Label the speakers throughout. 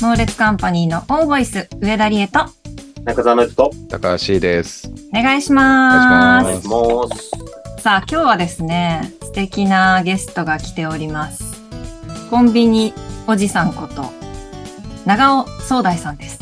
Speaker 1: 行列カンパニーのオーボイス、上田理恵と、
Speaker 2: 中澤の人と、
Speaker 3: 高橋です。
Speaker 1: お願いしま
Speaker 2: お
Speaker 3: お願
Speaker 2: 願い
Speaker 3: い
Speaker 1: す。
Speaker 3: し
Speaker 2: します。
Speaker 1: さあ、今日はですね、素敵なゲストが来ております。コンビニおじさんこと、長尾壮大さんです。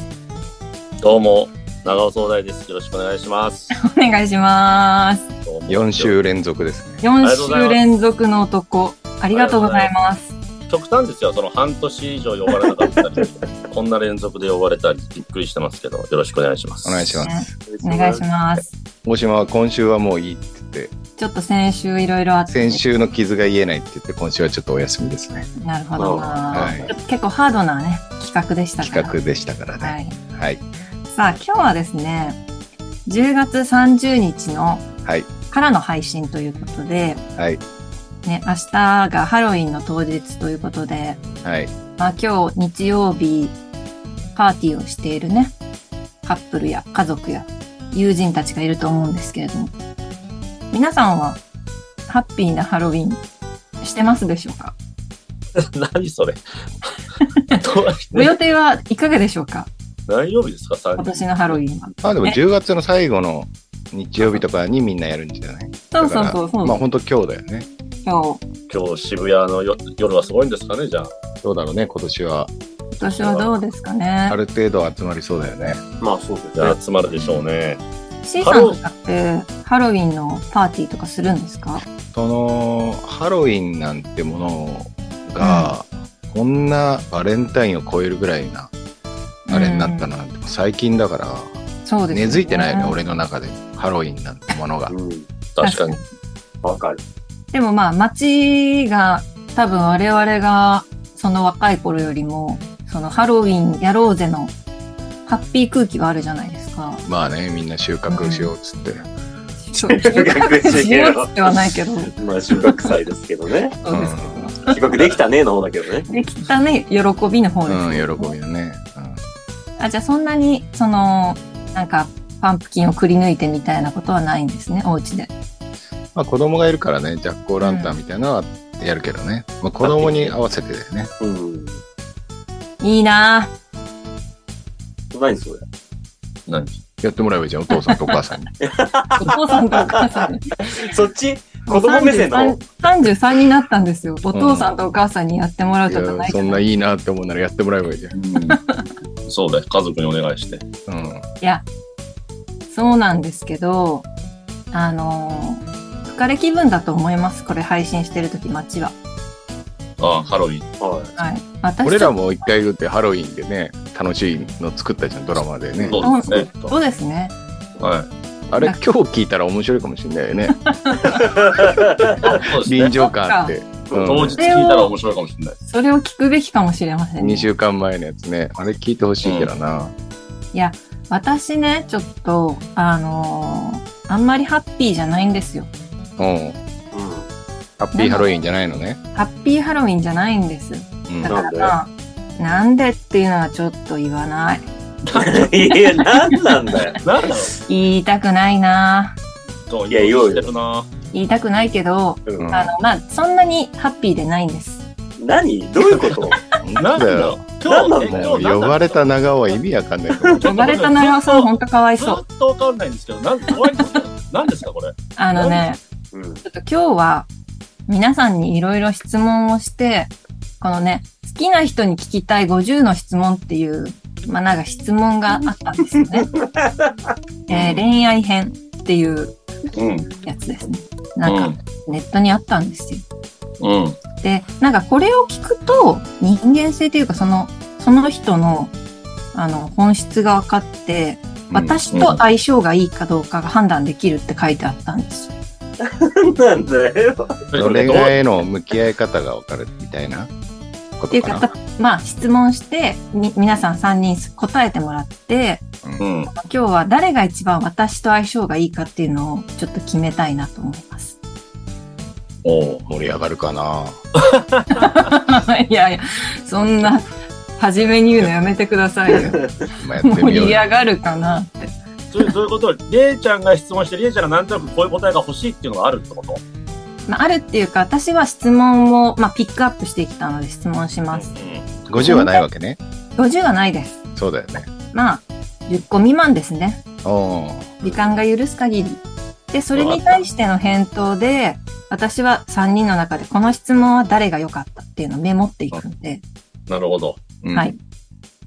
Speaker 4: どうも、長尾総大です。よろしくお願いします。
Speaker 1: お願いします。
Speaker 4: どうも
Speaker 3: 4。週連続ですね。
Speaker 4: がとうござ
Speaker 1: 4
Speaker 4: います
Speaker 1: 週連続の男、ありがとうございます。
Speaker 4: 極端ですよ。その半年以上呼ばれなかったり、 こんな連続で呼ばれたり、びっくりしてますけど、よろしくお願いします。
Speaker 3: お願いします。
Speaker 1: お願いします。
Speaker 3: 大島は今週はもういいって言って、
Speaker 1: ちょっと先週いろいろあって。
Speaker 3: 先週の傷が癒えないって言って、今週はちょっとお休みです ね。
Speaker 1: なるほどな、
Speaker 3: はい
Speaker 1: ちょっと結構ハードなね、企画でしたから。
Speaker 3: 企画でしたからね。
Speaker 1: はい。
Speaker 3: はい。
Speaker 1: さあ、今日はですね、10月30日の
Speaker 3: はい。
Speaker 1: からの配信ということで、
Speaker 3: はい。
Speaker 1: ね、明日がハロウィンの当日ということで、
Speaker 3: はい。
Speaker 1: まあ今日日曜日、パーティーをしているね、カップルや家族や友人たちがいると思うんですけれども、皆さんはハッピーなハロウィンしてますでしょうか
Speaker 4: 何 それ。どう
Speaker 1: ご予定はいかがでしょうか
Speaker 4: 何曜日ですか、
Speaker 1: 今
Speaker 4: 三
Speaker 1: 年のハロウィンは。
Speaker 3: まあでも
Speaker 1: ね
Speaker 3: 10月の最後の日曜日とかにみんなやるんじゃない
Speaker 1: そうそうそう、そう
Speaker 3: まあ本当今日だよね。
Speaker 1: 今日、
Speaker 4: 今日渋谷のよ夜はすごいんですかね、じゃあ。
Speaker 3: どうだろうね、今年は。
Speaker 1: 今年はどうですかね
Speaker 3: あ。る程度集まりそうだよね。
Speaker 2: まあそうです
Speaker 4: じ
Speaker 2: ね
Speaker 4: ゃあ。集まるでしょうね。
Speaker 1: C さんとかってハロウィンのパーティーとかするんですか
Speaker 3: その、ハロウィンなんてものが、こんなバレンタインを超えるぐらいな、あれになったのなんて、最近だから、
Speaker 1: そうです、
Speaker 3: 根付いてないよね、
Speaker 1: ね。
Speaker 3: 俺の中で。ハロウィンなんてものが。
Speaker 2: うん。
Speaker 4: 確かに。
Speaker 2: わかる。
Speaker 1: でもまあ街が多分我々がその若い頃よりもそのハロウィンやろうぜのハッピー空気があるじゃないですか。
Speaker 3: まあね、みんな収穫しようっつって。
Speaker 1: そう 自由ってはないけど。そう
Speaker 2: まあ収穫祭ですけどね。
Speaker 1: ですけ
Speaker 2: 収穫できたねの方だけどね。
Speaker 1: ど。できたね、喜びの方です、
Speaker 3: う
Speaker 1: ね
Speaker 3: ん、喜びだね。
Speaker 1: あ、じゃあそんなに、その、なんか、パンプキンをくり抜いてみたいなことはないんですね、お家で。
Speaker 3: うんまあ子供がいるからね、ジャックオーランタンみたいなのはやるけどね。まあ子供に合わせてだよね。
Speaker 2: うん。
Speaker 1: いいなぁ。
Speaker 2: 何それ。
Speaker 4: 何
Speaker 3: やってもらえばいいじゃん、お父さんとお母さんに。
Speaker 1: お父さんとお母さんに。
Speaker 2: そっち子供目線の方。
Speaker 1: 33 33になったんですよ。お父さんとお母さんにやってもらう
Speaker 3: い
Speaker 1: とかな
Speaker 3: や
Speaker 1: い
Speaker 3: そんないいなって思うならやってもらえばいいじゃん。
Speaker 4: そうだよ。家族にお願いして。
Speaker 3: うん。
Speaker 1: いや、そうなんですけど、あのー疲れ気分だと思います。これ配信してるとき街は。
Speaker 4: ああ、ハロウィン。
Speaker 2: はい。
Speaker 1: はい。私
Speaker 3: 俺らも一回言ってハロウィンでね、楽しいの作ったじゃん、ドラマでね。
Speaker 4: そうですね。
Speaker 1: そうですね。
Speaker 4: はい。
Speaker 3: あれ、今日聞いたら面白いかもしれないよね。
Speaker 4: あそうですね。
Speaker 3: 臨場感あって。うん
Speaker 4: 当日聞いたら面白いかもしれない。
Speaker 1: それを聞くべきかもしれません、ね。
Speaker 3: 2週間前のやつね。あれ聞いてほしいけどな。
Speaker 1: 私ね、ちょっと、あのーあんまりハッピーじゃないんですよ。
Speaker 3: うん。ハッピーハロウィンじゃないのね。
Speaker 1: ハッピーハロウィンじゃないんです。
Speaker 3: うん
Speaker 1: だからまあ、なんでっていうのはちょっと言わない。
Speaker 2: うん。いや、何なんだよ。
Speaker 4: なんだろ
Speaker 1: 言いたくないな
Speaker 4: う。
Speaker 2: いや言おうよ
Speaker 4: してるな。
Speaker 1: 言いたくないけど、
Speaker 2: う
Speaker 3: うん
Speaker 2: ん
Speaker 1: あの、まあ、そんなにハッピーでないんです。
Speaker 2: 何どういうこと
Speaker 4: なんだよ。
Speaker 2: なんだよ
Speaker 4: え
Speaker 3: もう
Speaker 4: 今
Speaker 3: 呼
Speaker 4: 日
Speaker 3: ばれた長尾は意味わかんないと思う。
Speaker 1: 呼ばれた長尾さん、ほんとかわい
Speaker 4: ず
Speaker 1: そう。
Speaker 4: っとわかんないんですけど、なん怖いんですけど、何ですかこれ。
Speaker 1: あのね、
Speaker 2: うん。
Speaker 1: ちょっと今日は、皆さんにいろいろ質問をして、このね、好きな人に聞きたい50の質問っていう、まあ、なんか質問があったんですよ ね。えー恋愛編っていう
Speaker 4: うん。
Speaker 1: やつですね。なんか、ネットにあったんですよ。
Speaker 4: うん。うん。
Speaker 1: で、なんかこれを聞くと、人間性というか、その、その人の、あの、本質が分かって、私と相性がいいかどうかが判断できるって書いてあったんですよ。
Speaker 2: 何なんだよ。
Speaker 3: 恋愛への向き合い方がわかるみたいなこ
Speaker 1: ってい
Speaker 3: と
Speaker 1: うか、
Speaker 3: かな
Speaker 1: た。まあ質問して、み、皆さん3人答えてもらって、
Speaker 4: うん。
Speaker 1: 今日は誰が一番私と相性がいいかっていうのをちょっと決めたいなと思います。
Speaker 4: おう
Speaker 3: 盛り上がるかな。
Speaker 1: いやいや、そんな、初めに言うのやめてくださいよ。
Speaker 3: まあ、やっ
Speaker 1: 盛
Speaker 3: てみよう
Speaker 1: り
Speaker 3: よ。
Speaker 1: 上がるかなって。
Speaker 4: そういうそういうことは、りえちゃんが質問して、りえちゃんがなんとなくこういう答えが欲しいっていうのがあるってこと
Speaker 1: まあ、あるっていうか、私は質問を、まあ、ピックアップしてきたので質問します。
Speaker 4: う
Speaker 3: 50はないわけね。
Speaker 1: 50はないです。
Speaker 3: そうだよね。
Speaker 1: まあ、10個未満ですね。
Speaker 3: お
Speaker 1: 時間が許す限り。で、それに対しての返答で、私は3人の中で、この質問は誰が良かったっていうのをメモっていくんで、
Speaker 4: なるほど。
Speaker 3: うん。
Speaker 1: はい。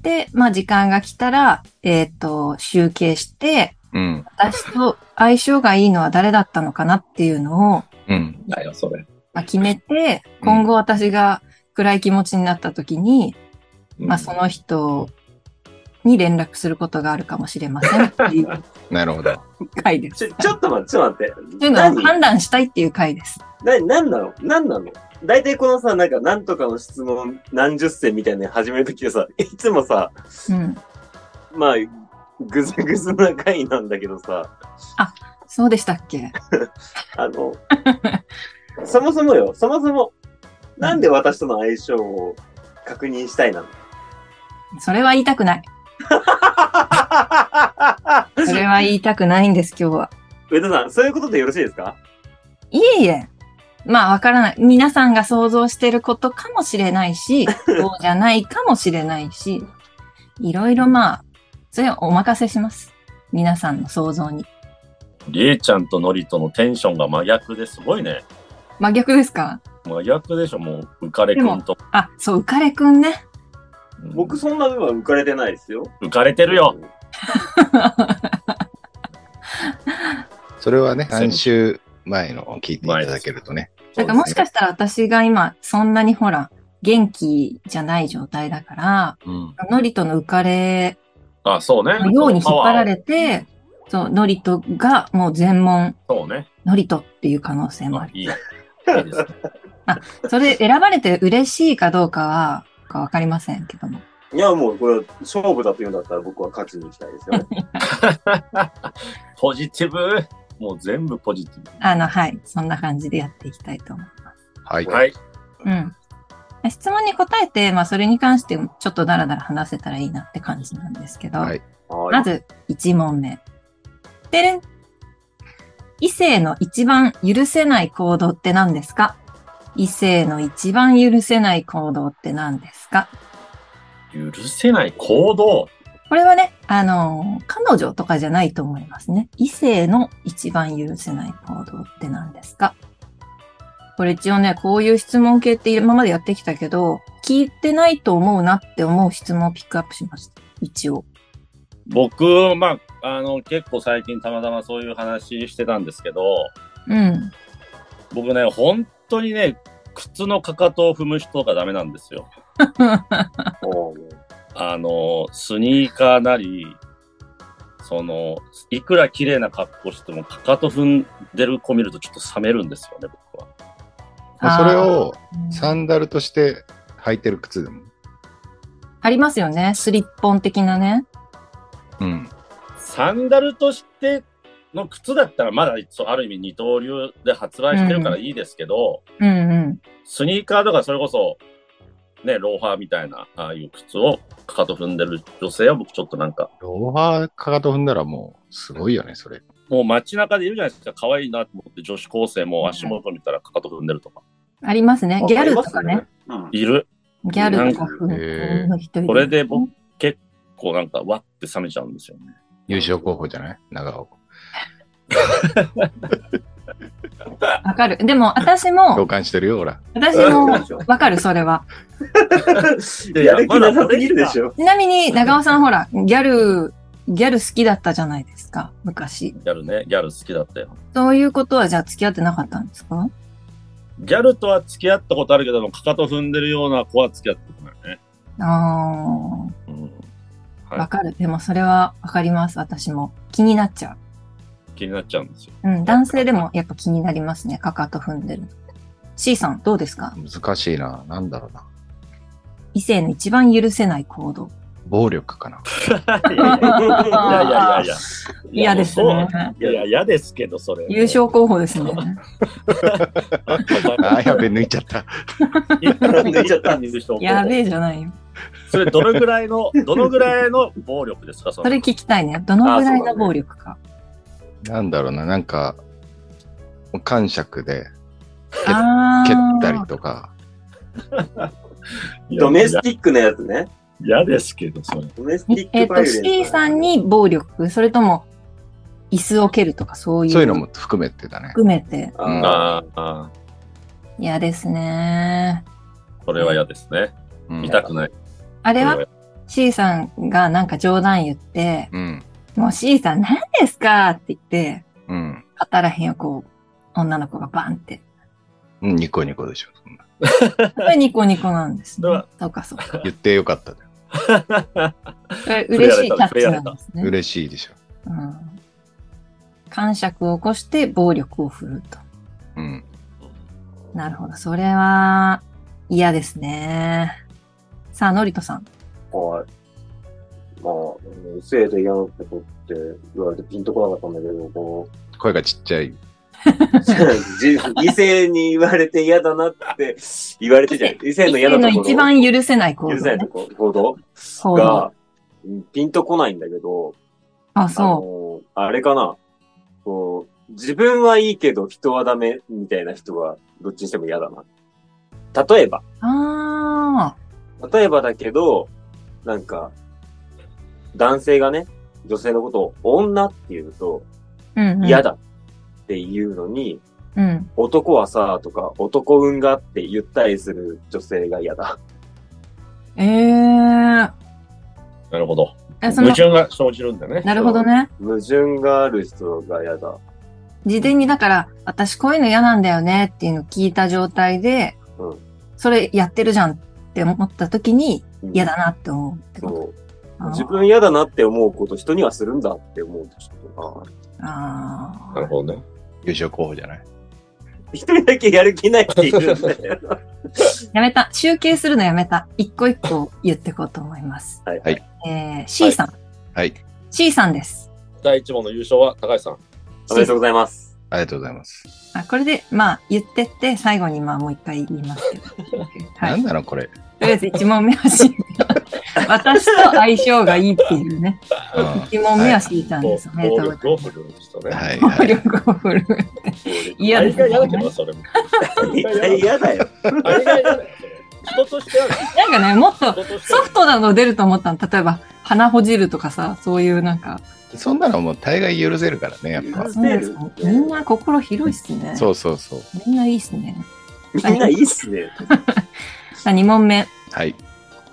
Speaker 1: で、まあ時間が来たら、えっ、と、集計して、
Speaker 3: うん。
Speaker 1: 私と相性がいいのは誰だったのかなっていうのを、
Speaker 3: うん。
Speaker 4: だよ、それ。
Speaker 1: まあ、決めて、
Speaker 3: うん
Speaker 1: 今後私が暗い気持ちになった時に、
Speaker 4: うん
Speaker 1: まあその人に連絡することがあるかもしれませんっていう
Speaker 3: なるほど。
Speaker 1: 回です。
Speaker 2: ちょ、ちょっと待って、ちょっと待っ
Speaker 1: とい
Speaker 2: て。
Speaker 1: うのを
Speaker 2: 何
Speaker 1: 判断したいっていう回です。
Speaker 2: な、なんなのなんなの大体このさ、なんか、なんとかの質問、何十選みたいなの始めるときはさ、いつもさ、
Speaker 1: うん。
Speaker 2: まあ、ぐずぐずな回なんだけどさ、
Speaker 1: そうでしたっけ
Speaker 2: あの、そもそもよ、そもそも、なんで私との相性を確認したいなの
Speaker 1: それは言いたくない。それは言いたくないんです、今日は。
Speaker 2: 上田さん、そういうことでよろしいですか
Speaker 1: いえいえ。まあわからない。皆さんが想像してることかもしれない し、そうじゃないかもしれないし、いろいろまあ、それはお任せします。皆さんの想像に。
Speaker 4: りえちゃんとのりとのテンションが真逆ですごいね。
Speaker 1: 真逆ですか
Speaker 4: 真逆でしょ、もう、浮かれくんと。
Speaker 1: あ、そう、浮かれくんね。
Speaker 2: 僕、そんな部分は浮かれてないですよ。
Speaker 4: 浮かれてるよ。
Speaker 3: それはね、
Speaker 4: そう
Speaker 3: 半週前のを聞いていただけるとね。
Speaker 1: だからもしかしたら私が今、そんなにほら、元気じゃない状態だから、
Speaker 3: うん。
Speaker 1: ノリとの浮かれ
Speaker 4: あ、そうね。
Speaker 1: のように引っ張られ
Speaker 4: て。
Speaker 1: て、そう、ノリとがもう全問、
Speaker 4: そうね。
Speaker 1: ノリとっていう可能性もあ
Speaker 4: あ
Speaker 1: る。
Speaker 4: いい。いいですね。
Speaker 1: それ選ばれて嬉しいかどうかは、かわかりませんけども。
Speaker 2: いや、もうこれ、勝負だというんだったら僕は勝ちに行きたいですよね。
Speaker 4: ポジティブ。もう全部ポジティ
Speaker 1: あの、はい、そんな感じでやっていきたいと思います。
Speaker 3: はい
Speaker 4: ブ。。はい。
Speaker 1: うん。質問に答えて、まあ、それに関してもちょっとダラダラ話せたらいいなって感じなんですけど。
Speaker 3: はい
Speaker 2: は
Speaker 1: まず1問目。てれん。異性の一番許せない行動って何ですか異性の一番許せない行動って何ですか
Speaker 4: 許せない行動。
Speaker 1: これはね、あのー彼女とかじゃないと思いますね。異性の一番許せない行動って何ですかこれ一応ね、こういう質問系って今までやってきたけど、聞いてないと思うなって思う質問をピックアップしました。一応。
Speaker 4: 僕、まあ、あの、結構最近たまたまそういう話してたんですけど、
Speaker 1: うん。
Speaker 4: 僕ね、本当にね、靴のかかとを踏む人がダメなんですよ。
Speaker 2: おー
Speaker 4: あの、スニーカーなり、その、いくら綺麗な格好しても、かかと踏んでる子見るとちょっと冷めるんですよね、僕は。
Speaker 3: まあそれを
Speaker 1: うん
Speaker 3: サンダルとして履いてる靴でも。
Speaker 1: ありますよね。スリッポン的なね。
Speaker 3: うん。
Speaker 4: サンダルとしての靴だったら、まだそうある意味二刀流で発売してるからいいですけど、
Speaker 1: うんうん。
Speaker 4: スニーカーとかそれこそ、ね、ローファーみたいな、ああいう靴をかかと踏んでる女性は僕ちょっとなんか、
Speaker 3: ローファーかかと踏んだらもうすごいよね、それ。
Speaker 4: もう街中でいるじゃないですか、可愛いなと思って女子高生も足元見たらかかと踏んでるとか、
Speaker 1: ありますね。ギャルとかね。。
Speaker 2: うん
Speaker 4: いる。
Speaker 1: ギャルとか、
Speaker 3: んかへー
Speaker 1: の一人で
Speaker 4: これで僕結構なんかわって冷めちゃうんですよね。
Speaker 3: 優勝候補じゃない長尾。
Speaker 1: わかる。でも、私
Speaker 3: 共
Speaker 1: も、
Speaker 3: 感してるよ、ほら。
Speaker 1: 私
Speaker 2: そう
Speaker 1: も
Speaker 2: でしょ
Speaker 1: わかる、それは。
Speaker 2: やる気なさすぎるでしょ。
Speaker 1: ちなみに、長尾さん、ほら、ギャル、ギャル好きだったじゃないですか、昔。
Speaker 4: ギャルね、ギャル好きだったよ。
Speaker 1: そういうことは、じゃあ付き合ってなかったんですか
Speaker 4: ギャルとは付き合ったことあるけども、かかと踏んでるような子は付き合ったことないね。
Speaker 1: あ
Speaker 4: うん
Speaker 1: あ、
Speaker 4: はい
Speaker 1: わかる。でも、それはわかります、私も。気になっちゃ
Speaker 4: 気になっちゃうん ですよ。
Speaker 1: う。うん、男性でもやっぱ気になりますね、かかと踏んでるの。C さん、どうですか
Speaker 3: 難しいな。なんだろうな。
Speaker 1: 異性の一番許せない行動。
Speaker 3: 暴力かな。
Speaker 4: い やいやいやいや。
Speaker 1: 嫌ですね。
Speaker 4: いやいや、嫌ですけど、それ。
Speaker 1: 優勝候補ですね。
Speaker 3: あー、やべ、抜いちゃった。
Speaker 2: 抜いちゃった
Speaker 4: 優勝候補
Speaker 1: やべえじゃないよ。
Speaker 4: それ、どのぐら いの、どのぐらいの暴力ですか、
Speaker 1: そ
Speaker 4: そ
Speaker 1: れ
Speaker 4: れ。
Speaker 1: 聞きたいね。どのぐらいの暴力か。
Speaker 3: なんだろうな。なんか、感触で
Speaker 1: あ
Speaker 3: 蹴
Speaker 1: ー
Speaker 3: ったりとか。
Speaker 2: ドメスティックなやつね。
Speaker 4: 嫌ですけど、それ。
Speaker 2: ドメスティッ
Speaker 1: えっ
Speaker 2: クバ
Speaker 1: と、
Speaker 2: イオレンス
Speaker 1: C さんに暴力、それとも、椅子を蹴るとか、そういう。
Speaker 3: そういうのも含めてだね。
Speaker 1: 含めて、
Speaker 2: あ
Speaker 4: ああ、
Speaker 1: 嫌ですね。
Speaker 4: これは嫌ですね。
Speaker 3: うん
Speaker 4: 見たくない。
Speaker 1: あれ
Speaker 4: こ
Speaker 1: は
Speaker 4: れは
Speaker 1: C さんがなんか冗談言って、
Speaker 3: うん。
Speaker 1: もう C さん何ですかって言って、
Speaker 3: うん。
Speaker 1: 当たらへんよ、こう、女の子がバンって。
Speaker 3: うんニコニコでしょ。そんな
Speaker 1: やっぱりニコニコなんですね
Speaker 4: うわ。
Speaker 1: そうかそうか。
Speaker 3: 言ってよかったね。
Speaker 1: それ嬉しいキャッチなんですね。
Speaker 3: 嬉しいでしょ。
Speaker 1: うん。感触を起こして暴力を振るうと。
Speaker 3: うん。
Speaker 1: なるほど。それは嫌ですね。さあ、ノリトさん。
Speaker 2: あ、はい。まあ、生で嫌なことって言われてピンとこなかったんだけど、こ う、
Speaker 3: 声がちっちゃい。
Speaker 2: じ異性に言われて嫌だなって言われてじゃん。異性の嫌なとこ
Speaker 1: の
Speaker 2: ろ。
Speaker 1: 一番許せない行
Speaker 2: 許
Speaker 1: 動、
Speaker 2: せない
Speaker 1: ね
Speaker 2: と。こ行動
Speaker 1: 行動。
Speaker 2: が、うんピンとこないんだけど、
Speaker 1: あ、
Speaker 2: あ
Speaker 1: そ
Speaker 2: のー、あれかな。こう、自分はいいけど人はダメみたいな人はどっちにしても嫌だな。例えば、
Speaker 1: う。ああ。
Speaker 2: 例えばだけど、なんか、男性がね、女性のことを女って言うと
Speaker 1: うん、うん。
Speaker 2: 嫌。だって言うのに、
Speaker 1: うん。
Speaker 2: 男はさ、とか男運がって言ったりする女性が嫌だ。
Speaker 1: ええ
Speaker 4: なるほど。
Speaker 1: え、そ
Speaker 4: 矛
Speaker 1: の、
Speaker 4: 盾が生じるんだね。
Speaker 1: なるほどね。
Speaker 2: 矛盾がある人が嫌だ。
Speaker 1: 事前にだから、私こういうの嫌なんだよねっていうのを聞いた状態で、
Speaker 2: うん
Speaker 1: それやってるじゃんって思った時に
Speaker 2: うん
Speaker 1: 嫌だなって思うってこと。
Speaker 2: そう。
Speaker 1: あー
Speaker 2: 自分嫌だなって思うこと人にはするんだって思うとか、
Speaker 1: あ
Speaker 4: なるほどね。
Speaker 3: 優勝候補じゃない。
Speaker 2: 一人だけやる気ないって言うんだよ。
Speaker 1: ーやめた。集計するのやめた。一個一個言っていこうと思います。
Speaker 2: はい
Speaker 3: はい
Speaker 1: えー、C さん、
Speaker 3: はい。
Speaker 1: C さんです。
Speaker 4: 第一問の優勝は高橋さん。
Speaker 2: おめでとうございます。
Speaker 3: ありがとうございます。
Speaker 1: あこれで、まあ、言ってって、最後に、まあ、もう一回言いますけど。は。
Speaker 3: ないん
Speaker 1: と
Speaker 3: なのこれ。
Speaker 1: りあえず、一問目は C さん。私と相性がいいっていう ね。
Speaker 3: うん
Speaker 1: 一問目は C さんです。おめでとうございます。
Speaker 4: を振るんですよね。
Speaker 3: はい。
Speaker 1: 暴
Speaker 3: はい
Speaker 1: 力を振る。 嫌
Speaker 4: あ
Speaker 1: で
Speaker 4: れ
Speaker 1: すね
Speaker 4: が嫌だけどな、それも。
Speaker 2: 絶対嫌だよ。
Speaker 4: あれが嫌だよ、それ。人としてはね、
Speaker 1: なんかね、もっと
Speaker 4: 人として
Speaker 1: ソ
Speaker 4: は
Speaker 1: フトなの出ると思ったの。例えば、鼻ほじるとかさ、そういうなんか。
Speaker 3: そんなのもう大概許せるからね、やっぱ。
Speaker 2: そうですね
Speaker 1: みんな心広いっすね。
Speaker 3: そうそうそう。
Speaker 1: みんないいっすね。
Speaker 2: みんないいっすね。
Speaker 1: さあ、2問目。
Speaker 3: はい。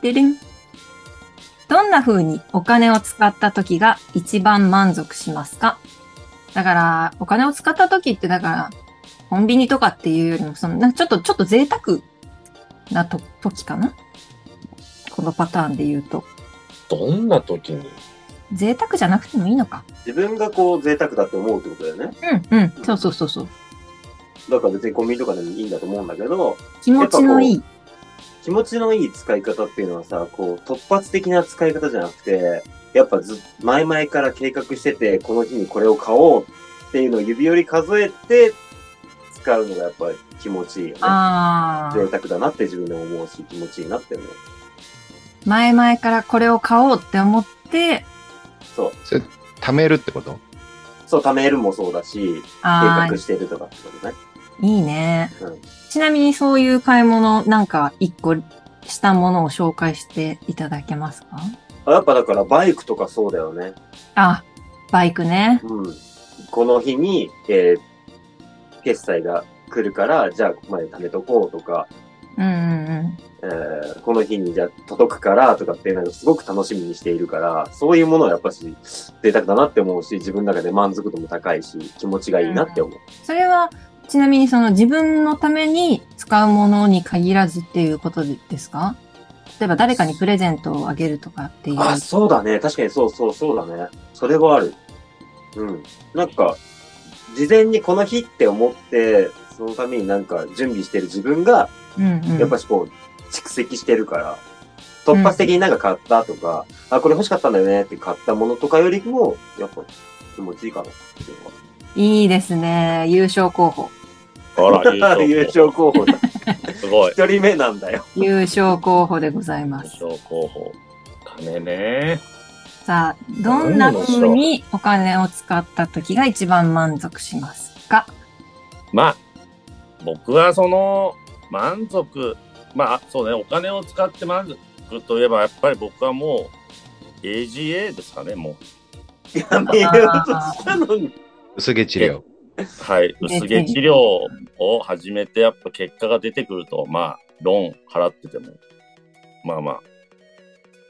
Speaker 1: でりん。どんな風にお金を使った時が一番満足しますかだから、お金を使った時って、だから、コンビニとかっていうよりも、その、なんかちょっと、ちょっと贅沢なと、時かなこのパターンで言うと。
Speaker 4: どんな時に
Speaker 1: 贅沢じゃなくてもいいのか。
Speaker 2: 自分がこう贅沢だって思うってことだよね。
Speaker 1: うん、うん。そうそうそうそう。
Speaker 2: だから別にコンビニとかでもいいんだと思うんだけど、
Speaker 1: 気持ちのいい。
Speaker 2: 気持ちのいい使い方っていうのはさ、こう突発的な使い方じゃなくて、やっぱず、前々から計画してて、この日にこれを買おうっていうのを指折り数えて使うのがやっぱ気持ちいいよね。
Speaker 1: あ
Speaker 2: 贅
Speaker 1: あ。
Speaker 2: 沢だなって自分でも思うし、気持ちいいなって思う。
Speaker 1: 前々からこれを買おうって思って、
Speaker 2: そう。
Speaker 3: それ、貯めるってこと
Speaker 2: そう、貯めるもそうだし、計
Speaker 1: ああ
Speaker 2: 画、してるとかってことね。
Speaker 1: いいね。
Speaker 2: うん
Speaker 1: ちなみにそういう買い物なんか一個したものを紹介していただけますか
Speaker 2: あやっぱだからバイクとかそうだよね。
Speaker 1: あ、バイクね。
Speaker 2: うん。この日に、えー決済が来るから、じゃあここまで貯めとこうとか、
Speaker 1: うんうん
Speaker 2: えーこの日にじゃあ届くからとかっていうのをすごく楽しみにしているから、そういうものはやっぱし贅沢だなって思うし、自分の中で満足度も高いし、気持ちがいいなって思う。
Speaker 1: うん。それはちなみにその自分のために使うものに限らずっていうことですか例えば誰かにプレゼントをあげるとかっていう。
Speaker 2: あ、そうだね。確かにそうそうそうだね。それはある。うん。なんか、事前にこの日って思って、そのためになんか準備してる自分が、
Speaker 1: うんうん。
Speaker 2: やっぱしこう、蓄積してるから、突発的になんか買ったとか、あ、これ欲しかったんだよねって買ったものとかよりも、やっぱ気持ちいいかなっていうのはい
Speaker 1: いですね。優勝候補。
Speaker 4: あら、優 勝。
Speaker 2: 優勝候補だ。
Speaker 4: すごい。
Speaker 2: 一人目な んだよ。
Speaker 1: 優勝候補でござい
Speaker 4: 優
Speaker 1: ます。
Speaker 4: 勝候補。金ね。
Speaker 1: さあ、どんな風にお金を使った時が一番満足しますか
Speaker 4: まあ、僕はその、満足。まあ、そうね、お金を使って満僕といえば、やっぱり僕はもう AGA ですかね、もう。
Speaker 2: やめよう としたのに。
Speaker 3: 薄毛治療。
Speaker 4: はい、薄毛治療を始めて、やっぱ結果が出てくると、まあ、ローン払ってても、まあまあ、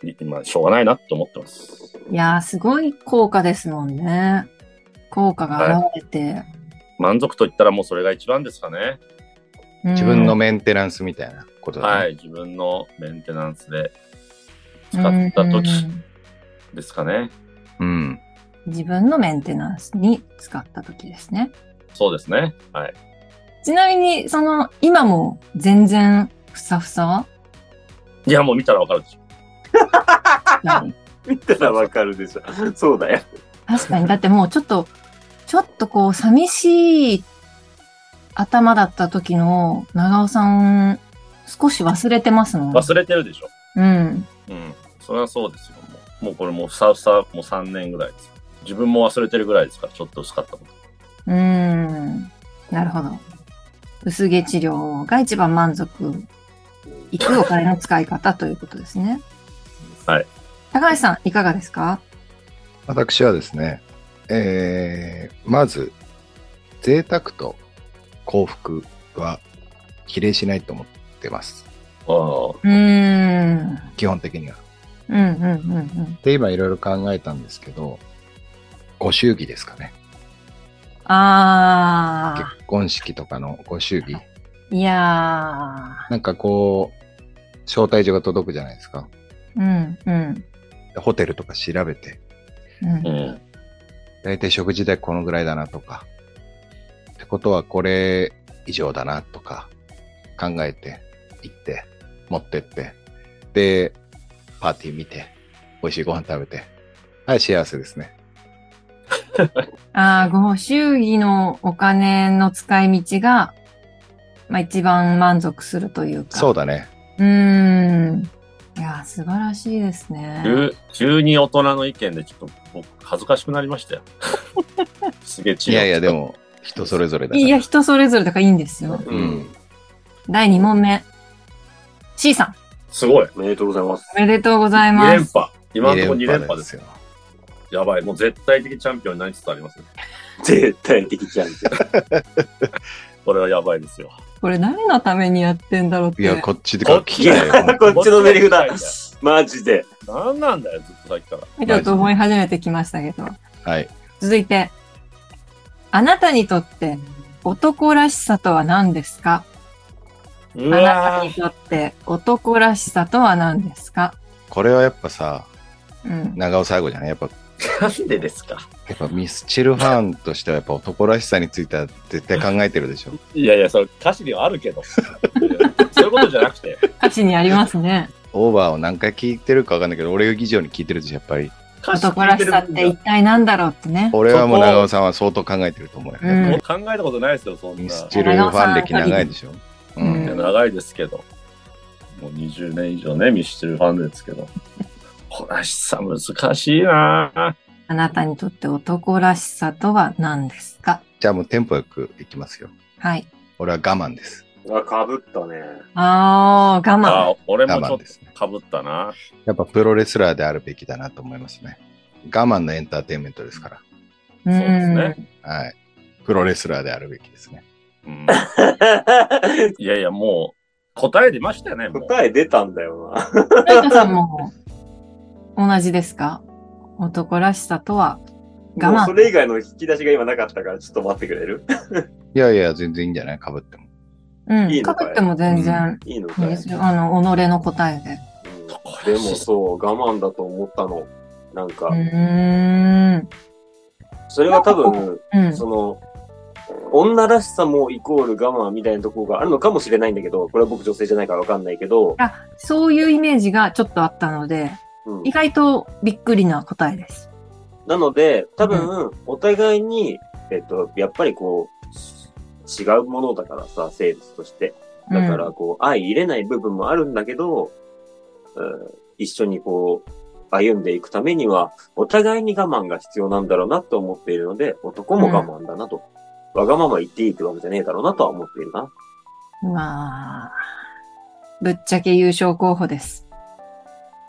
Speaker 4: いまあ、しょうがないなって思ってます。
Speaker 1: いやー、すごい効果ですもんね。効果が現れて。
Speaker 4: 満足と言ったらもうそれが一番ですかね。
Speaker 1: うん
Speaker 3: 自分のメンテナンスみたいなことだね。
Speaker 4: はい、自分のメンテナンスで使った時
Speaker 1: うん
Speaker 4: ですかね。
Speaker 3: うん。
Speaker 1: 自分のメンテナンスに使った時ですね。
Speaker 4: そうですね。はい。
Speaker 1: ちなみに、その、今も全然ふさふさ
Speaker 4: いや、もう見たらわかるでしょ。
Speaker 1: は
Speaker 2: 見たらわかるでしょ。そうだよ。
Speaker 1: 確かに。だってもうちょっと、ちょっとこう、寂しい頭だった時の長尾さん、少し忘れてますもん。
Speaker 4: 忘れてるでしょ。
Speaker 1: うん。
Speaker 4: うん。それはそうですよ。もうもうこれもうふさふさ、もう3年ぐらいですよ。自分も忘れてるぐらいですから、ちょっと薄かったこと。
Speaker 1: うん。なるほど。薄毛治療が一番満足いくお金の使い方ということですね。
Speaker 4: はい。
Speaker 1: 高橋さん、いかがですか
Speaker 3: 私はですね、えーまず、贅沢と幸福は比例しないと思ってます。
Speaker 4: ああ。
Speaker 1: うーん。
Speaker 3: 基本的には。
Speaker 1: うんうんうんうん。
Speaker 3: で、今いろいろ考えたんですけど、ご祝儀ですかね。
Speaker 1: あ
Speaker 3: 結婚式とかのご祝儀。
Speaker 1: ー。いや
Speaker 3: なんかこう、招待状が届くじゃないですか。
Speaker 1: ー。うんうん
Speaker 3: ホテルとか調べて、
Speaker 1: うん。
Speaker 4: うん。
Speaker 3: だいたい食事代このぐらいだなとか、ってことはこれ以上だなとか考えて、行って、持ってって、で、パーティー見て、美味しいご飯食べて、はい、幸せですね。
Speaker 1: ああ、ご祝儀のお金の使い道が、まあ一番満足するというか。
Speaker 3: そうだね。
Speaker 1: うーん。いやー、素晴らしいですね。
Speaker 4: 急急に大人の意見でちょっと僕恥ずかしくなりましたよ。すげえ
Speaker 3: い
Speaker 4: 違う。
Speaker 3: やいや、で。も、人それぞれだから。
Speaker 1: いや、人それぞれだからいいんですよ。
Speaker 3: う
Speaker 2: うんん。
Speaker 1: 第2問目。C さん、
Speaker 4: すごい。
Speaker 2: おめでとうございます。
Speaker 1: おめでとうござい
Speaker 4: 2
Speaker 1: ま
Speaker 4: 連
Speaker 1: す。
Speaker 4: 覇。今のところ2連
Speaker 3: 覇
Speaker 4: 覇ですよ。。やばい。もう絶対的チャンピオンになりつつありますね。
Speaker 2: 絶対的じゃん。
Speaker 4: これはやばいですよ。
Speaker 1: これ誰のためにやってんだろうって。
Speaker 3: いや、こっちでこっちだよ。
Speaker 2: こっちのセリフだ。マジで。
Speaker 4: 何なんだよ、ずっとさっきから。
Speaker 1: ちょっと思い始めてきましたけど。
Speaker 3: はい。
Speaker 1: 続いて。あなたにとって男らしさとは何ですか
Speaker 4: う
Speaker 1: あな
Speaker 4: わ
Speaker 1: たに
Speaker 4: ー
Speaker 1: とって男らしさとは何ですか
Speaker 3: これはやっぱさ、
Speaker 1: うん。
Speaker 3: 長尾最後じゃないやっぱ、
Speaker 4: なんでですか
Speaker 3: やっぱミスチルファンとしてはやっぱ男らしさについては絶対考えてるでしょ。
Speaker 4: いやいや、それ歌詞にはあるけど。そういうことじゃなくて、
Speaker 1: 歌詞にありますね。
Speaker 3: オーバーを何回聞いてるかわかんないけど、俺以上に聞いてるでしょ、やっぱり。
Speaker 4: 歌詞
Speaker 1: 男
Speaker 4: 聞い
Speaker 1: ら
Speaker 4: て
Speaker 1: し
Speaker 4: る
Speaker 1: さっ
Speaker 4: 分
Speaker 1: て
Speaker 4: に
Speaker 1: 一体何だろうってね。
Speaker 3: 俺はもう長尾さんは相当考えてると思うよ。
Speaker 1: うん
Speaker 4: もう考えたことないですよ、そん
Speaker 3: ミ
Speaker 4: な。
Speaker 3: ス
Speaker 4: い
Speaker 3: チルファン歴長いでしょ。う
Speaker 1: うん
Speaker 4: や。長いですけど。もう20年以上ね、ミスチルファンですけ ど。こらしさ難しいなぁ。
Speaker 1: あなたにとって男らしさとは何ですか
Speaker 3: じゃあもうテンポよくいきますよ。
Speaker 1: はい。
Speaker 3: 俺は我慢です。
Speaker 2: あ、かぶったね。
Speaker 1: ああ、我慢。
Speaker 4: あ、俺も
Speaker 3: 我
Speaker 4: ち
Speaker 3: 慢
Speaker 4: ょっ
Speaker 3: ですね。
Speaker 4: とかぶったな。
Speaker 3: やっぱプロレスラーであるべきだなと思いますね。我慢のエンターテインメントですか
Speaker 1: うん
Speaker 4: そうですね
Speaker 3: ら。はい。プロレスラーであるべきですね。
Speaker 4: うん、いやいや、もう答え出ましたよね。もう
Speaker 2: 答え出たんだよな。
Speaker 1: 成田さんも同じですか男らしさとは我
Speaker 2: もう
Speaker 1: 慢。
Speaker 2: それ以外の引き出しが今なかったから、ちょっと待ってくれる
Speaker 3: いやいや、全然いいんじゃないかぶっても。
Speaker 1: う
Speaker 2: い
Speaker 1: ん。
Speaker 2: い
Speaker 1: か
Speaker 2: のかい
Speaker 1: ぶっても全然
Speaker 2: いいの
Speaker 1: いい
Speaker 2: かい、
Speaker 1: ですよ。あの、己の答えで。
Speaker 2: うんでもそう、我慢だと思ったの。なんか
Speaker 1: う、ーん。
Speaker 2: それは多分、
Speaker 1: うん。
Speaker 2: その、女らしさもイコール我慢みたいなところがあるのかもしれないんだけど、これは僕女性じゃないからわかんないけど、
Speaker 1: あ、そういうイメージがちょっとあったので、
Speaker 2: うん
Speaker 1: 意外とびっくりな答えです。
Speaker 2: なので、多分、お互いに、えっと、やっぱりこう、違うものだからさ、生物として。だか
Speaker 1: うん
Speaker 2: ら、こう、相入れない部分もあるんだけど、うん一緒にこう、歩んでいくためには、お互いに我慢が必要なんだろうなと思っているので、男も我慢だなと。わがまま言っていいってわけじゃねえだろうなとは思っているな。
Speaker 1: まあ、ぶっちゃけ優勝候補です。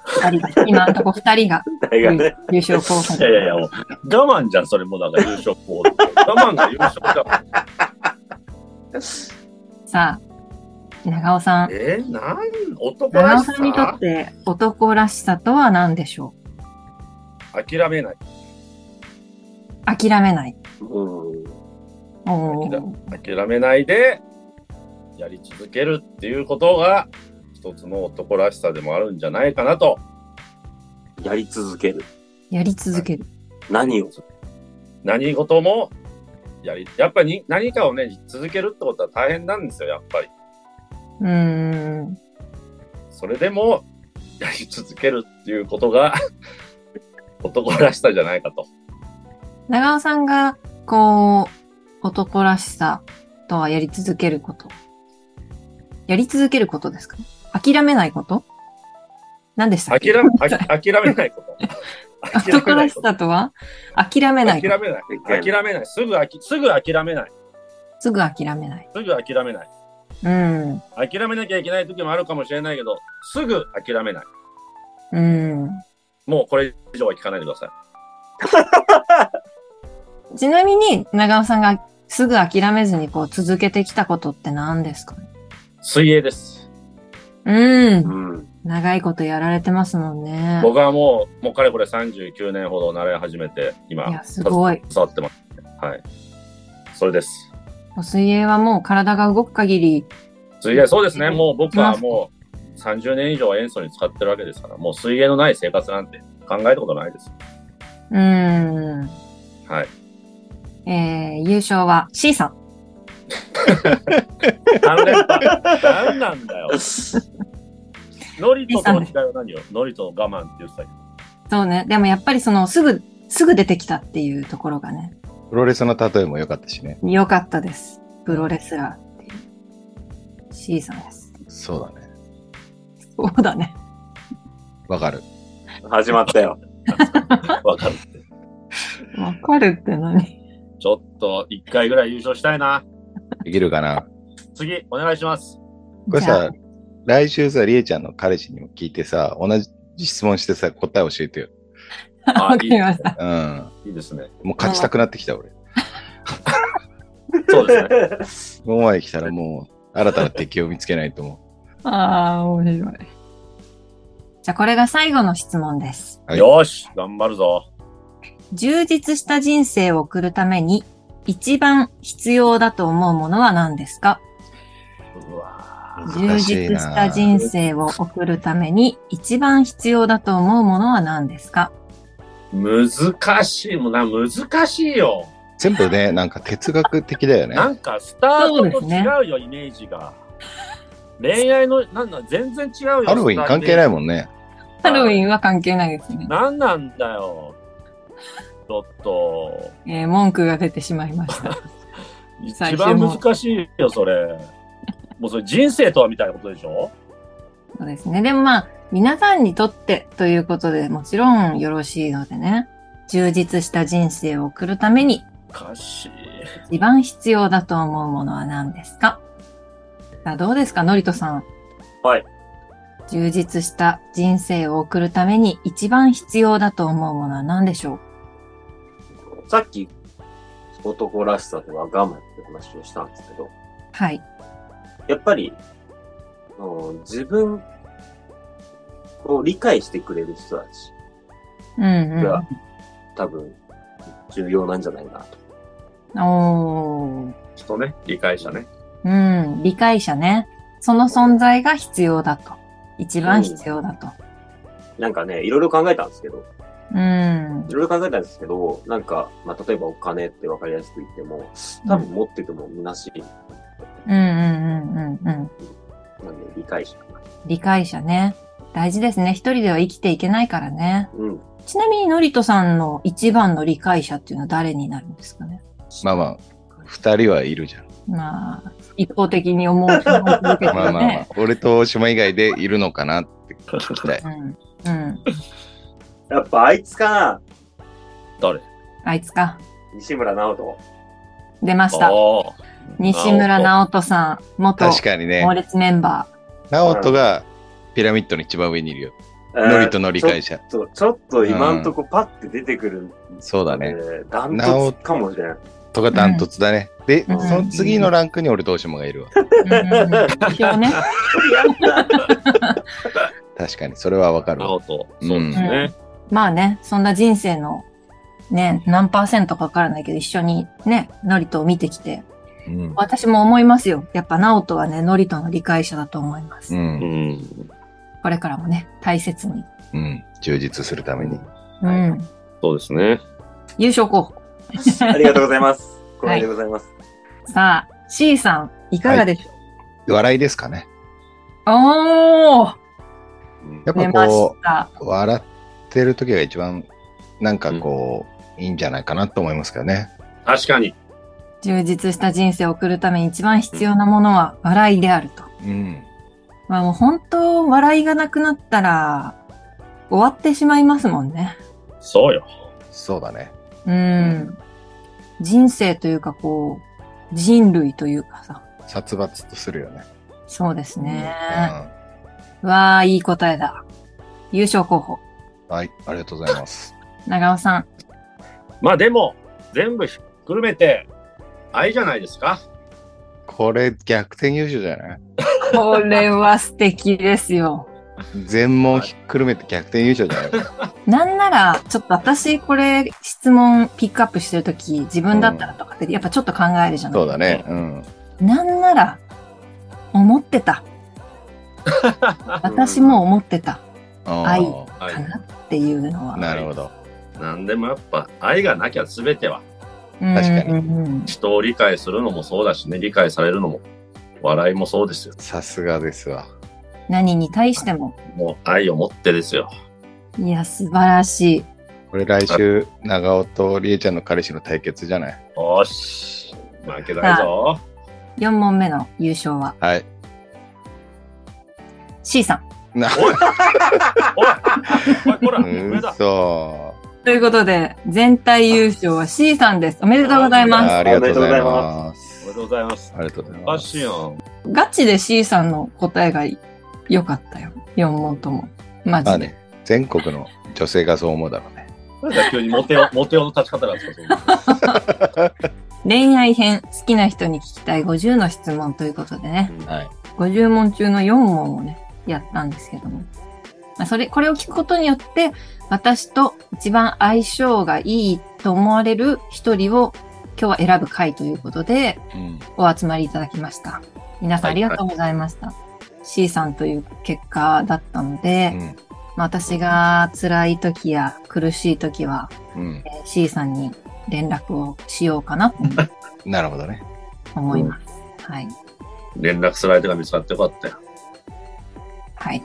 Speaker 1: 二人が今のとこ二人が
Speaker 2: 大
Speaker 1: 優
Speaker 2: 学ね。
Speaker 1: 優勝候補
Speaker 4: い。やいやいや、もう我慢じゃん、それもうなんか優勝候補。我慢が優勝だもん。
Speaker 1: さあ、長尾さん。
Speaker 4: えー、なん男
Speaker 1: 長
Speaker 4: ら
Speaker 1: 尾
Speaker 4: し
Speaker 1: さんにと
Speaker 4: さ
Speaker 1: って男らしさとは何でしょう
Speaker 4: 諦めない。
Speaker 1: 諦めない。
Speaker 2: うん。
Speaker 1: お
Speaker 4: 諦
Speaker 1: ー
Speaker 4: 諦めないで、やり続けるっていうことが、一つの男らしさでもあるんじゃないかなと。
Speaker 2: やり続ける。
Speaker 1: やり続ける。
Speaker 2: 何を
Speaker 4: 何事も、やり、やっぱり何かをね、続けるってことは大変なんですよ、やっぱり。
Speaker 1: うーん。
Speaker 4: それでも、やり続けるっていうことが、 男らしさじゃないかと。
Speaker 1: 長尾さんが、こう、男らしさとはやり続けること。やり続けることですか諦めないこと何でしたっけ
Speaker 4: 諦め、あき諦めないこと。
Speaker 1: 男らしさとは諦めないこと
Speaker 4: 諦めない。諦めない。すぐあき、すぐ諦めない。
Speaker 1: すぐ諦めない。
Speaker 4: すぐ諦めない。
Speaker 1: うん。
Speaker 4: 諦めなきゃいけない時もあるかもしれないけど、すぐ諦めない。
Speaker 1: うん。
Speaker 4: もうこれ以上は聞かないでください。
Speaker 1: ちなみに、長尾さんがすぐ諦めずにこう続けてきたことって何ですかね
Speaker 4: 水泳です。
Speaker 1: うん。
Speaker 2: うん。
Speaker 1: 長いことやられてますもんね。
Speaker 4: 僕はもう、もうかれこれ39年ほど習い始めて、今、
Speaker 1: いやすごい
Speaker 4: 携わってます。はい。それです。
Speaker 1: 水泳はもう体が動く限り、
Speaker 4: 水泳、そうですね。もう僕はもう30年以上塩素に使ってるわけですから、もう水泳のない生活なんて考えたことないです。
Speaker 1: うん。
Speaker 4: はい。
Speaker 1: えー、優勝は C さん。
Speaker 4: 3連覇。何な んだよ。ノリととの違いは何よ。ノリと我慢って言ってたけど。
Speaker 1: そうね。でもやっぱりそのすぐ、すぐ出てきたっていうところがね、
Speaker 3: プロレスの例えも良かったしね。
Speaker 1: 良かったです。プロレスラーっていう C さんです。
Speaker 3: そうだね。
Speaker 1: そうだね。
Speaker 3: わかる。
Speaker 2: 始まったよ。
Speaker 4: わかるって。
Speaker 1: わかるって何
Speaker 4: ちょっと一回ぐらい優勝したいな。
Speaker 3: できるかな。
Speaker 4: 次、お願いします。
Speaker 3: これ
Speaker 1: じゃ
Speaker 3: さ
Speaker 1: あ、
Speaker 3: 来週さ、りえちゃんの彼氏にも聞いてさ、同じ質問してさ、答え教えてよ。
Speaker 4: あ
Speaker 1: わか りました。
Speaker 3: うん。
Speaker 4: いいですね。
Speaker 3: もう勝ちたくなってきた、俺。
Speaker 4: そうですね。
Speaker 3: ここまで来たらもう、新たな敵を見つけないと思
Speaker 1: ああ、面白い。じゃあこれが最後の質問です。
Speaker 3: はい
Speaker 4: よーし、頑張るぞ。
Speaker 1: 充実した人生を送るために一番必要だと思うものは何ですか
Speaker 4: うわ
Speaker 3: う。
Speaker 1: 充
Speaker 3: 難しい
Speaker 1: 実
Speaker 3: な
Speaker 1: した人生を送るために一番必要だと思うものは何ですか
Speaker 4: ー難しいもんな、難しいよ。
Speaker 3: 全部ね、なんか哲学的だよね。
Speaker 4: なんかスタート
Speaker 1: そう
Speaker 4: と
Speaker 1: です
Speaker 4: 違
Speaker 1: ね
Speaker 4: うよ、イメージが。恋愛の、なんだ、全然違うよ。。
Speaker 3: ハロウィン関係ないいもんね。
Speaker 1: ハロウィンは関係ないですね。
Speaker 4: なんなんだよ。ちょっと、
Speaker 1: えー文句が出てしまいました。
Speaker 4: 一
Speaker 1: 最
Speaker 4: 番
Speaker 1: 終も
Speaker 4: 難しいよ、それ。もうそれ人生とはみたいなことでしょ
Speaker 1: そうですね。でもまあ、皆さんにとってということでもちろんよろしいのでね。充実した人生を送るために
Speaker 4: 難しい。
Speaker 1: 一番必要だと思うものは何ですかさあ、どうですか、のりとさん。
Speaker 2: はい。
Speaker 1: 充実した人生を送るために一番必要だと思うものは何でしょう
Speaker 2: さっき、男らしさでは我慢って話をしたんですけど、
Speaker 1: はい。
Speaker 2: やっぱり、あの自分を理解してくれる人たち
Speaker 1: うん
Speaker 2: が、多分、重要なんじゃないかなと。
Speaker 1: うん。おー。
Speaker 4: 人ね、理解者ね。
Speaker 1: うん、理解者ね。その存在が必要だと。一番必要だと。
Speaker 2: なんかね、いろいろ考えたんですけど、
Speaker 1: うん
Speaker 2: い。ろいろ考えたんですけど、なんか、まあ、例えばお金って分かりやすく言っても、多分持ってても虚しい。
Speaker 1: うんうんうんうんうん。
Speaker 2: なんで、理解者かな。
Speaker 1: 理解者ね。大事ですね。一人では生きていけないからね。
Speaker 2: うん。
Speaker 1: ちなみに、のりとさんの一番の理解者っていうのは誰になるんですかね。
Speaker 3: まあまあ、二人はいるじゃん。
Speaker 1: まあ、一方的に思う人も続けて
Speaker 3: まあまあま
Speaker 1: ね
Speaker 3: あ。、俺と大島以外でいるのかなって聞きたい。
Speaker 1: うん。うん。
Speaker 2: やっぱあいつかな、
Speaker 4: 誰
Speaker 1: あいつか。
Speaker 2: 西村直人。
Speaker 1: 出ました。
Speaker 4: おー
Speaker 1: 西村直人さん、元
Speaker 3: 確かにね
Speaker 1: 猛、烈メンバー。
Speaker 3: ナオトがピラミッドの一番上にいるよ。ノリと乗り換え
Speaker 2: ち
Speaker 3: ちゃう。
Speaker 2: ょっと、ちょっと今んとこパッて出てくる、
Speaker 3: そうだね。
Speaker 2: えーダントツかもしれない。
Speaker 3: とかダントツだね。で、
Speaker 1: うん
Speaker 3: その次のランクに俺どうしようもがいるわ。
Speaker 1: 表ね。
Speaker 3: 確かに、それはわかる
Speaker 4: な
Speaker 3: わ。
Speaker 4: るほど。そうですね。
Speaker 1: まあね、そんな人生の、ね、何パーセントかわからないけど、一緒にね、ノリトを見てきて、
Speaker 3: うん。
Speaker 1: 私も思いますよ。やっぱ、ナオトはね、ノリトの理解者だと思います。
Speaker 3: うん。
Speaker 4: うん。
Speaker 1: これからもね、大切に。
Speaker 3: うん。充実するために。
Speaker 1: うん。
Speaker 4: そうですね。
Speaker 1: 優勝候補。
Speaker 2: ありがとうございます。これでございます。
Speaker 1: さあ、C さん、いかがでしょう、
Speaker 3: 笑いですかね。
Speaker 1: おー
Speaker 4: うん
Speaker 3: やっ
Speaker 1: 出
Speaker 3: ぱ
Speaker 1: まし
Speaker 3: こ
Speaker 1: た。
Speaker 3: う、笑ってる時が一番、なんかこう、いいんじゃないかなと思いますけどね。
Speaker 4: 確かに。
Speaker 1: 充実した人生を送るために一番必要なものは笑いであると。
Speaker 3: うん。
Speaker 1: まあもう本当、笑いがなくなったら、終わってしまいますもんね。
Speaker 4: そうよ。
Speaker 3: そうだね。
Speaker 1: うん。人生というかこう、人類というかさ。
Speaker 3: 殺伐とするよね。
Speaker 1: そうですね。
Speaker 3: う
Speaker 1: わあ、いい答えだ。優勝候補、
Speaker 3: ん。はい。ありがとうございます。
Speaker 1: 長尾さん。
Speaker 4: まあでも、全部ひっくるめて、愛じゃないですか。
Speaker 3: これ、逆転優勝じゃない
Speaker 1: これは素敵ですよ。
Speaker 3: 全問ひっくるめて逆転優勝じゃない
Speaker 1: なんなら、ちょっと私これ質問ピックアップしてるとき、自分だったらとかって、やっぱちょっと考えるじゃない
Speaker 3: そうだ ね。うん。
Speaker 1: なんなら、思って た。私も思ってた愛
Speaker 3: あ
Speaker 1: か
Speaker 4: はい。
Speaker 1: なっていうのは
Speaker 3: あ。。なるほど。
Speaker 4: なんでもやっぱ、愛がなきゃ全ては、
Speaker 1: うん
Speaker 3: 確かに
Speaker 1: うんうん
Speaker 4: 人を理解するのもそうだしね、理解されるのも、笑いもそうですよ。
Speaker 3: さすがですわ。
Speaker 1: 何に対しても。
Speaker 4: もう愛を持ってですよ。
Speaker 1: いや、素晴らしい。
Speaker 3: これ来週、長尾とりえちゃんの彼氏の対決じゃない
Speaker 4: よーし、負けないぞ。
Speaker 1: 4問目の優勝は
Speaker 3: はい。
Speaker 1: C さん。
Speaker 3: な、
Speaker 4: おい、おい、こら、
Speaker 3: う
Speaker 4: 上
Speaker 3: ん
Speaker 4: だ。
Speaker 3: そ
Speaker 1: ということで、全体優勝は C さんです。おめでとうござい
Speaker 3: あ
Speaker 1: ます。
Speaker 3: ありがとうござい
Speaker 2: お
Speaker 3: ま
Speaker 4: お
Speaker 3: す
Speaker 4: めでとうございます。
Speaker 3: ありがとうござい
Speaker 4: お
Speaker 3: ま
Speaker 4: か
Speaker 3: す
Speaker 4: しいやん。
Speaker 1: ガチで C さんの答えが良かったよ。4問とも。マ
Speaker 3: まあ
Speaker 1: ジで。
Speaker 3: ね全国の女性がそう思うだろうね
Speaker 4: なんか急にモテオ、 モテオの立ち方なんですか、そんな
Speaker 1: 恋愛編、好きな人に聞きたい50の質問ということでね。
Speaker 3: はい
Speaker 1: 50問中の4問をね、やったんですけども。まあ、それ、これを聞くことによって、私と一番相性がいいと思われる一人を今日は選ぶ回ということで、
Speaker 3: うん
Speaker 1: お集まりいただきました。皆さんあ
Speaker 4: はい
Speaker 1: りがとうございました。C さんという結果だったので、
Speaker 3: うん
Speaker 1: まあ、私が辛い時や苦しい時は、
Speaker 3: うん
Speaker 1: えー C さんに連絡をしようかなと
Speaker 3: なるほどね
Speaker 1: 思います。はい。
Speaker 4: 連絡する相手が見つかってよかったよ。
Speaker 1: はい。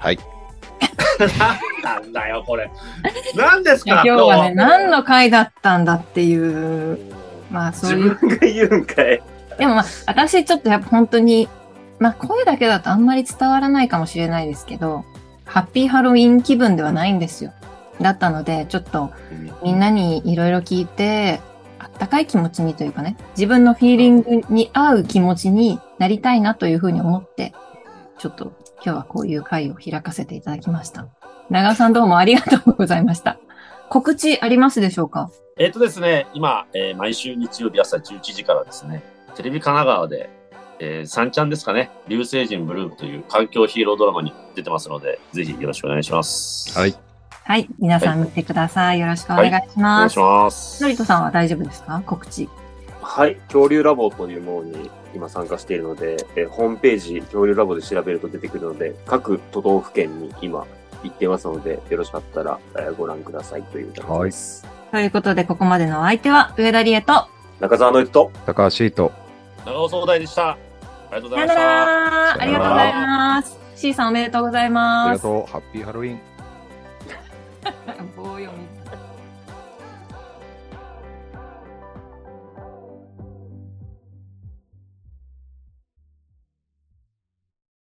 Speaker 3: はい
Speaker 4: なんだよ、これ。何です
Speaker 1: 今
Speaker 4: か
Speaker 1: 日はね、
Speaker 4: どう
Speaker 1: 何の回だったんだっていう、まあそうい
Speaker 2: 自
Speaker 1: う
Speaker 2: 分が 言うんかい。
Speaker 1: でもまあ、私ちょっとやっぱ本当に、まあ声だけだとあんまり伝わらないかもしれないですけど、ハッピーハロウィン気分ではないんですよ。だったので、ちょっとみんなにいろいろ聞いて、あったかい気持ちにというかね、自分のフィーリングに合う気持ちになりたいなというふうに思って、ちょっと今日はこういう会を開かせていただきました。長尾さんどうもありがとうございました。告知ありますでしょうか
Speaker 4: えっとですね、今、えー毎週日曜日朝11時からですね、テレビ神奈川で、えー、三ちゃんですかね、流星人ブルームという環境ヒーロードラマに出てますので、ぜひよろしくお願いします。
Speaker 3: はい。
Speaker 1: はい、皆さん見てください。よろしくお願いし
Speaker 4: お願
Speaker 1: ま
Speaker 4: い
Speaker 1: す
Speaker 4: し。ます。
Speaker 1: のりとさんは大丈夫ですか告知。
Speaker 2: はい。恐竜ラボというものに今参加しているので、えーホームページ、恐竜ラボで調べると出てくるので、各都道府県に今行ってますので、よろしかったら、えーご覧くださいという感じです。
Speaker 1: ということで、ここまでのお相手は、上田理恵と、
Speaker 2: 中澤のゆと、
Speaker 3: 高橋と
Speaker 4: 長尾総大でした。ありがとうご
Speaker 1: さよな
Speaker 4: ざいました。
Speaker 1: らありがとうございます。C さんおめでとうござい
Speaker 3: あり
Speaker 1: ま
Speaker 3: が
Speaker 1: す。
Speaker 3: とうハッピーハロウィン
Speaker 1: 棒読み